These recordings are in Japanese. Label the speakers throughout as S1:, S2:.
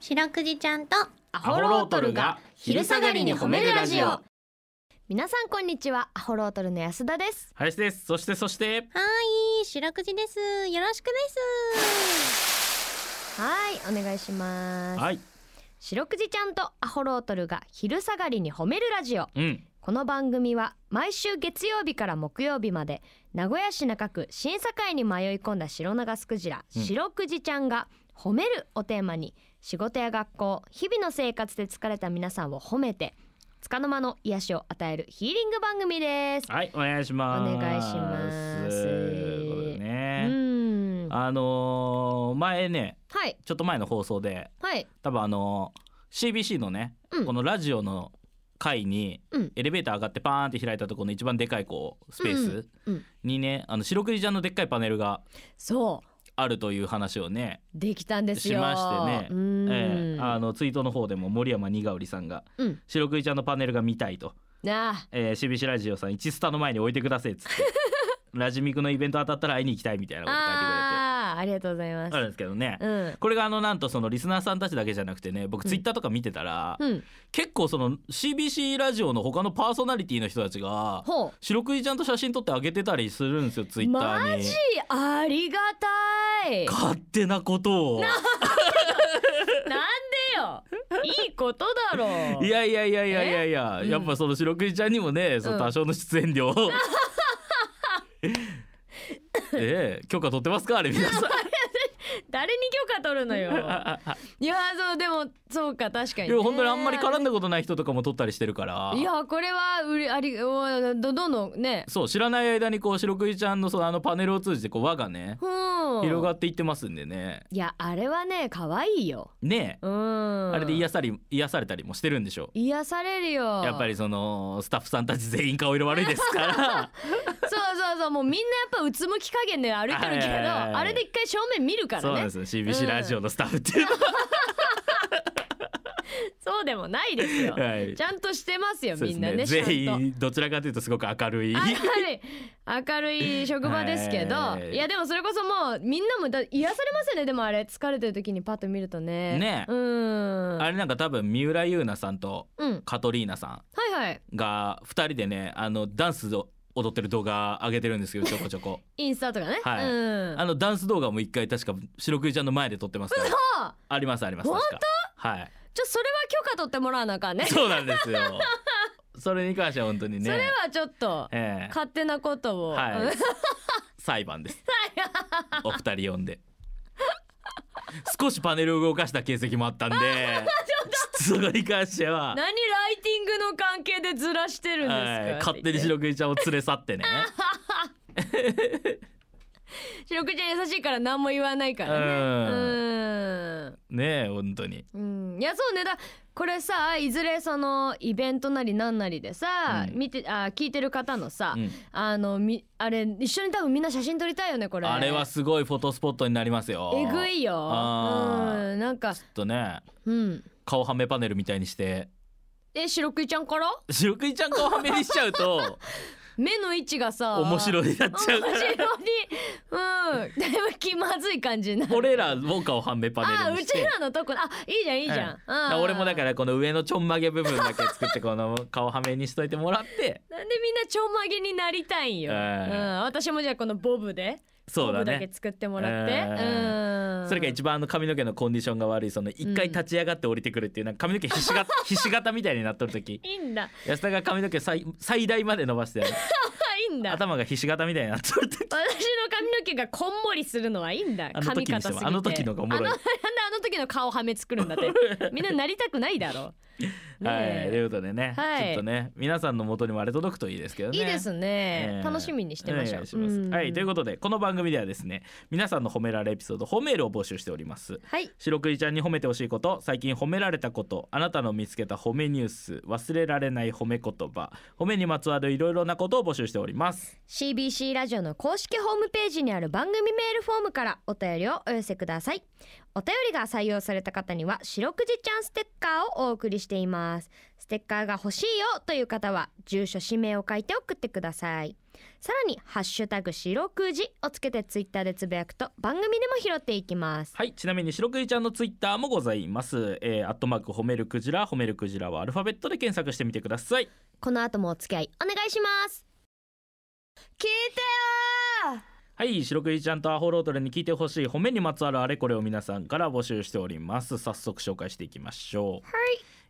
S1: 白くじちゃんと
S2: ア
S3: ホロートルが昼下がりに褒めるラジオ
S2: 皆さんこんにちはアホロートルの安田です
S3: 林ですそしてそして
S1: はい白くじですよろしくです
S2: はいお願いします、
S3: はい
S2: 白くじちゃんとアホロートルが昼下がりに褒めるラジオ
S3: うん
S2: この番組は毎週月曜日から木曜日まで名古屋市中区審査会に迷い込んだ白長スクジラ、
S3: うん
S2: 白くじちゃんが褒めるをテーマに仕事や学校日々の生活で疲れた皆さんを褒めて束の間の癒しを与えるヒーリング番組です
S3: はいお願いします
S2: お願いします
S3: ということで
S2: う
S3: ね、
S2: ーんは
S3: あのー前ね
S2: い
S3: ちょっと前の放送で
S2: はい
S3: 多分あのー CBC のね、
S2: うん
S3: このラジオの回に
S2: うん
S3: エレベーター上がってパーンって開いたところの一番でかいこうスペース
S2: うんうん
S3: にね、あの白くじちゃんのでっかいパネルが
S2: そう
S3: あるという話をね、
S2: できたんですよ
S3: しましてね
S2: うーん、
S3: ええあのツイートの方でも森山にがおりさんが
S2: うん
S3: 白くじちゃんのパネルが見たいと、
S2: なあ
S3: えー、CBC ラジオさん1スタの前に置いてくださいっ つってラジミクのイベント当たったら会いに行きたいみたいなこと書いてくれ
S2: あーありがとうございま
S3: てあ
S2: す
S3: るんですけどね、
S2: うん
S3: これがあのなんとそのリスナーさんたちだけじゃなくてね僕
S2: うん
S3: ツイッターとか見てたら、
S2: うん
S3: 結構その CBC ラジオの他のパーソナリティの人たちが
S2: ほう
S3: 白くじちゃんと写真撮ってあげてたりするんですよツイッターに。
S2: マジありがたい
S3: 勝手なことを
S2: なんでよいいことだろう
S3: いやいやいやいやいやいや、
S2: うん
S3: やっぱその白くじちゃんにもねその多少の出演料を、 ええ許可取ってますかあれ皆さ ん
S2: 誰に許可取るのよ いやそうでもそうか確かに、
S3: い
S2: ね、
S3: や本当にあんまり絡んだことない人とかも撮ったりしてるから
S2: いやこれはうれありおどどんどんね
S3: そう知らない間にこう白くじちゃんのそのあのパネルを通じてこう輪がね
S2: うん
S3: 広がっていってますんでね
S2: いやあれはね可愛いよ
S3: ねえ、
S2: うん
S3: あれで癒さり癒されたりもしてるんでしょ
S2: 癒されるよ
S3: うやっぱりそのスタッフさんたち全員顔色悪いです から
S2: そうそうそうもうみんなやっぱうつむき加減で歩いてるけど
S3: はいはいはいはい
S2: あれで一回正面見るからね
S3: そうなんですよ CBC ラジオのスタッフっていうの
S2: そうでもないですよ
S3: は、はい
S2: ちゃんとしてますよ
S3: そう
S2: み
S3: です
S2: んなねちゃんと
S3: 全員どちらかというとすごく明るい
S2: 明るい明るい職場ですけど、
S3: はい
S2: い、やでもそれこそもうみんなもだ癒されますよねでもあれ疲れてる時にパッと見るとね
S3: ね
S2: うーん
S3: あれなんか多分三浦優奈さんと
S2: うんは
S3: カトリーナさ
S2: いはい
S3: んが2人でねあのダンスを踊ってる動画上げてるんですけどちょこちょこ
S2: インスタとかね、
S3: はい
S2: うん
S3: あのダンス動画も一回確か白くじちゃんの前で撮ってますから
S2: そう
S3: ありますあります確かはい
S2: ちょそれは許可取ってもらわなあかん ね
S3: そうなんですよそれに関しては本当に
S2: そ
S3: ね
S2: れはちょっと
S3: ええ
S2: 勝手なことを、
S3: は
S2: う
S3: い
S2: ん
S3: 裁判ですお二人呼んで少しパネルを動かした形跡も あったんで そこに関しては
S2: 何ライティングの関係でずらしてるんですか、
S3: はい、勝手に
S2: 白
S3: 白クジちゃんを連れ去ってね
S2: くちゃん優しいから何も言わないからね
S3: うん
S2: うん
S3: ねえ本当に
S2: うん、いやそうねだこれさいずれそのイベントなりなんなりでさ、
S3: うん
S2: 見てあ聞いてる方のさ、
S3: うん
S2: あのみあれ一緒に多分みんな写真撮りたいよねこれ
S3: あれはすごいフォトスポットになりますよ
S2: えぐいよ
S3: あー
S2: うんなんか
S3: ちょっとね
S2: うん
S3: 顔はめパネルみたいにして
S2: え白くいちゃんから
S3: 白クジちゃん顔はめにしちゃ うと
S2: 目の位置がさ
S3: 面白
S2: い
S3: いになっちゃうか
S2: 面白
S3: ら
S2: い うんだいぶ気まずい感じになる
S3: 俺らも顔はめパネ
S2: あ
S3: ル
S2: う
S3: にして
S2: ちらのとこあいいじゃんいいじゃん、
S3: だか
S2: う
S3: ら
S2: ん
S3: 俺もだからこの上のちょんまげ部分だけ作ってこの顔はめにしといてもら って
S2: なんでみんなちょんまげになりたいんよ、
S3: はい
S2: うん、私もじゃあこのボブで
S3: そうだ
S2: 昆布だ
S3: ね
S2: け作ってもらって、
S3: うん
S2: うん
S3: それが一番あの髪の毛のコンディションが悪いその一回立ち上がって降りてくるっていうなんか髪の毛ひしがひし形みたいになっとる時
S2: いいんだ
S3: 安田が髪の毛最最大まで伸ばし て
S2: いいんだ私の
S3: 頭がひし形みたいになっとる時
S2: 髪の毛がこんもりするのはいいんだ
S3: あの
S2: 髪
S3: 時
S2: 型
S3: に
S2: すぎ
S3: して
S2: て
S3: もあの時のがおもろい
S2: あのなんであの時の顔はめ作るんだ ってみんななりたくないだろう、ね
S3: はい、とい
S2: え
S3: うことでね、
S2: はい
S3: ちょっとね皆さんの元にもあれ届くといいですけどね
S2: いいですね
S3: ええ
S2: 楽しみにしてましょ
S3: お願
S2: う
S3: います
S2: うん
S3: はいということでこの番組ではですね皆さんの褒められエピソード褒めるを募集しております
S2: はい
S3: 白くじちゃんに褒めてほしいこと最近褒められたことあなたの見つけた褒めニュース忘れられない褒め言葉褒めにまつわるいろいろなことを募集しております
S2: CBC ラジオの公式ホームページにある番組メールフォームからお便りをお寄せくださいお便りが採用された方には白くじちゃんステッカーをお送りしていますステッカーが欲しいよという方は住所氏名を書いて送ってくださいさらにハッシュタグ白くじをつけてツイッターでつぶやくと番組でも拾っていきます
S3: はいちなみに白クジちゃんのツイッターもございますえー、アットマーク褒めるクジラ褒めるクジラはアルファベットで検索してみてください
S2: この後もお付き合いお願いします聞いてよ
S3: はい白クジちゃんとアホロートレに聞いてほしい褒めにまつわるあれこれを皆さんから募集しております早速紹介していきましょう
S2: はい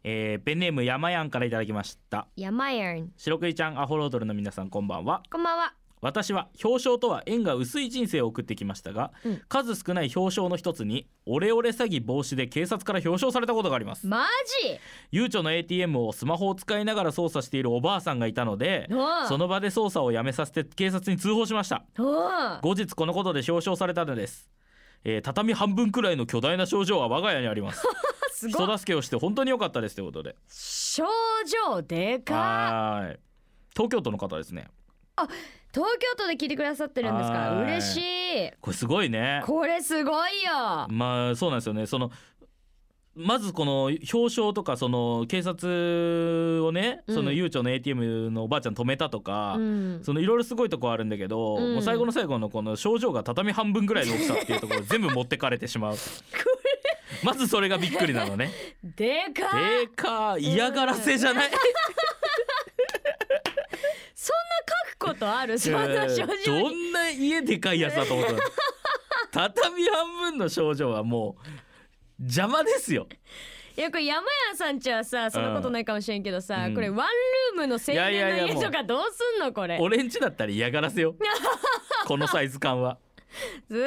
S3: えー、ペンネームやまやんからいただきました
S2: ヤマヤン
S3: 白クジちゃんアホロートレの皆さんこんばんは
S2: こんばんは
S3: 私は表彰とは縁が薄い人生を送ってきましたが、
S2: うん
S3: 数少ない表彰の一つにオレオレ詐欺防止で警察から表彰されたことがあります
S2: マジ
S3: ゆうちょの ATM をスマホを使いながら操作しているおばあさんがいたので
S2: おう
S3: その場で操作をやめさせて警察に通報しました
S2: おう
S3: 後日このことで表彰されたのです、えー畳半分くらいの巨大な症状は我が家にあります
S2: すごい
S3: 人助けをして本当に良かったですということで
S2: 症状でか
S3: はーい東京都の方ですね
S2: っ東京都で聞いてくださってるんですか
S3: はーい
S2: 嬉しい
S3: これすごいね
S2: これすごいよ
S3: まあそうなんですよねそのまずこの表彰とかその警察をね、
S2: うん
S3: その悠長の ATM のおばあちゃん止めたとか、
S2: うん
S3: そのいろいろすごいとこあるんだけど、
S2: うん
S3: もう最後の最後のこの症状が畳半分ぐらいの大きさっていうところ全部持ってかれ てしまうまずそれがびっくりなのね
S2: でかっ
S3: でかー嫌がらせじ ゃない、
S2: そんな書くことあるそんな症状
S3: ど
S2: に
S3: んな家でかいやつだと思 ったの畳半分の症状はもう邪魔ですよ
S2: いやこれ山屋さんちはさそんなことないかもしれんけどさ、
S3: うん
S2: これワンルームの青
S3: いやいや
S2: 年
S3: いや
S2: の家
S3: もう
S2: とかどうすんのこれ
S3: 俺んちだったら嫌が らせよこのサイズ感は
S2: すご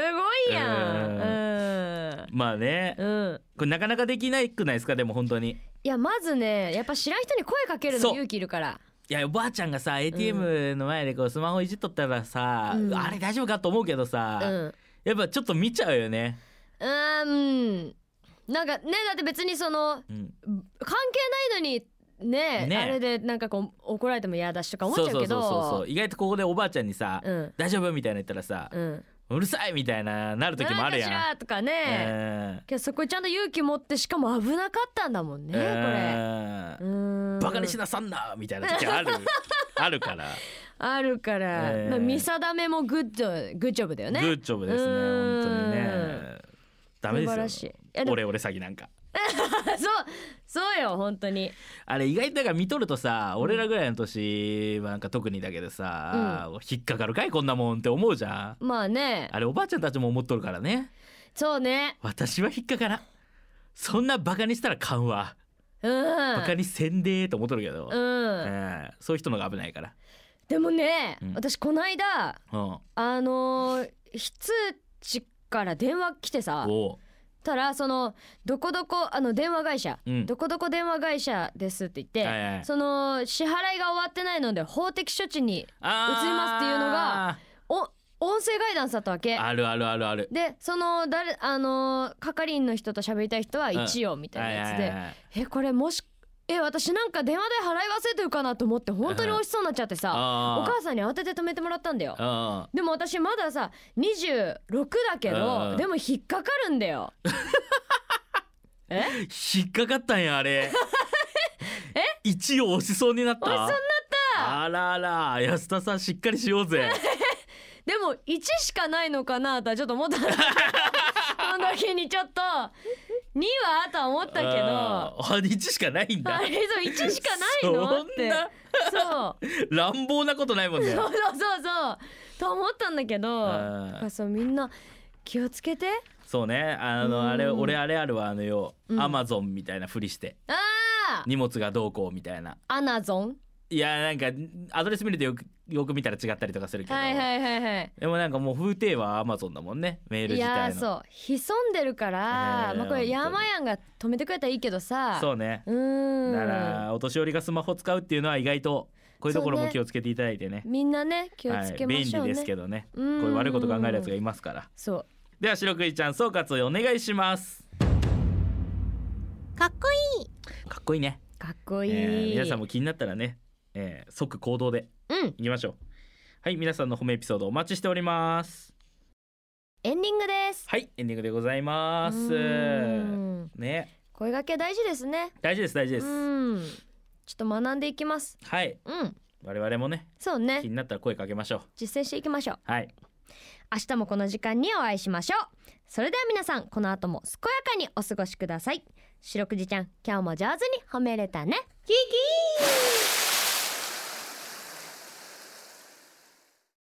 S2: いやん
S3: まあね
S2: うん、うん
S3: これなかなかできないくないですかでも本当に
S2: いやまずねやっぱ知らん人に声かけるの
S3: そう
S2: 勇気いるから
S3: いやおばあちゃんがさ ATM の前でこうスマホいじっとったらさ、
S2: うん
S3: あれ大丈夫かと思うけどさ、
S2: うんう
S3: やっぱちょっと見ちゃうよね、
S2: ーんなんかねだって別にその
S3: うん、
S2: 関係ないのにね
S3: ね
S2: あれでなんかこう怒られても嫌だしとか思
S3: そ
S2: っ
S3: う
S2: ちゃ
S3: そうう
S2: け
S3: そうそうそ
S2: ど
S3: う意外とここでおばあちゃんにさ「
S2: うん
S3: 大丈夫?」みたいな言ったらさ「
S2: うん
S3: うるさい!」みたいななる時もあるやん。
S2: なんかしらとかね、けどそこちゃんと勇気持ってしかも危なかったんだもんね、
S3: うん
S2: これうーん
S3: バカにしなさんなみたいな 時あるあるから、
S2: あるから、
S3: えー
S2: まあ、見定めもグッドグッジョブだよね
S3: グッジョブです
S2: う
S3: ね
S2: ん
S3: 本当にねダメですよ
S2: 素晴らしいいやでも
S3: 俺俺詐欺なんか
S2: そうそうよ本当に
S3: あれ意外とだから見とるとさ俺らぐらいの年はなんか特にだけどさ、引っかかるかいこんなもんって思うじゃん
S2: まあね
S3: あれおばあちゃんたちも思っとるからね
S2: そうね
S3: 私は引っかからんそんなバカにしたら勘は
S2: うん
S3: バカにせんでーと思っとるけど、
S2: う
S3: うん
S2: ん、
S3: そういう人のが危ないから、
S2: でもね、
S3: うん
S2: 私こないだ
S3: うん、
S2: あのー、非通知から電話来てさ
S3: おう
S2: たらそのどこどこあの電話会社、
S3: うん
S2: どこどこ電話会社ですって言って、
S3: はいはい
S2: その支払いが終わってないので法的処置に
S3: あー
S2: 移りますっていうのがお音声ガイダンスだったわけ
S3: あるあるあるある
S2: でその誰あのー係員の人と喋りたい人は一応みたいなやつで、
S3: はいはいはい
S2: えこれもしえ私なんか電話で払い忘れてるかなと思って本当に美味しそうになっちゃってさ、
S3: あー
S2: お母さんに慌てて止めてもらったんだよ
S3: あ
S2: でも私まださ26だけ
S3: う
S2: ど
S3: ん
S2: でも引っかかるんだよえ
S3: ー引っかかったん やあれえ一応押しそうになった
S2: 押しそうにな
S3: ったあらあら安田さんしっかりしようぜ
S2: でも1しかないのかなとはちょっと思 ったんだけどその時にちょっと2はとは思ったけど
S3: あーあ一しかないんだ
S2: あれそう1しかないのってそう
S3: そんな乱暴なことないもんね
S2: そうそうそうそうと思ったんだけど
S3: あー
S2: だからそうみんな気をつけて
S3: そうねあ
S2: う
S3: の、
S2: ん
S3: あれ俺あれあるわあのよ、
S2: うん
S3: アマゾンみたいなふりして
S2: ああ
S3: 荷物がどうこうみたいな
S2: アナゾン
S3: いやなんかアドレス見るとよくよく見たら違ったりとかするけど、
S2: はいはいはいはい
S3: でもなんかもう風景はアマゾンだもんねメール
S2: い
S3: 自
S2: や
S3: 体
S2: ー
S3: の
S2: そう潜んでるから、
S3: えー
S2: まあこれ
S3: 本当に
S2: 山やんが止めてくれたらいいけどさ
S3: そうね
S2: うーん
S3: だからお年寄りがスマホ使うっていうのは意外とこういうところ
S2: そう
S3: も
S2: ね
S3: 気をつけていただいてね
S2: みんなね気を
S3: は
S2: つ
S3: い
S2: けま
S3: 便
S2: しょ
S3: 利
S2: うね、
S3: ですけどね
S2: う
S3: こうんいう悪いこと考えるやつがいますから
S2: そう
S3: では白くいちゃん総括をお願いします
S1: かっこいい
S3: かっこいいね
S2: かっこいい、
S3: えー皆さんも気になったらね、えー即行動で
S2: うん
S3: いきましょうはい皆さんの褒めエピソードお待ちしております
S2: エンディングです
S3: はいエンディングでございま
S2: う
S3: す
S2: ーん
S3: ね
S2: 声掛け大事ですね
S3: 大事です大事で
S2: う
S3: す
S2: んちょっと学んでいきます
S3: はい
S2: うん
S3: 我々もね
S2: そう
S3: 気
S2: ね
S3: になったら声かけましょう
S2: 実践していきましょう
S3: はい
S2: 明日もこの時間にお会いしましょうそれでは皆さんこの後も健やかにお過ごしください白くじちゃん今日も上手に褒めれたねキキー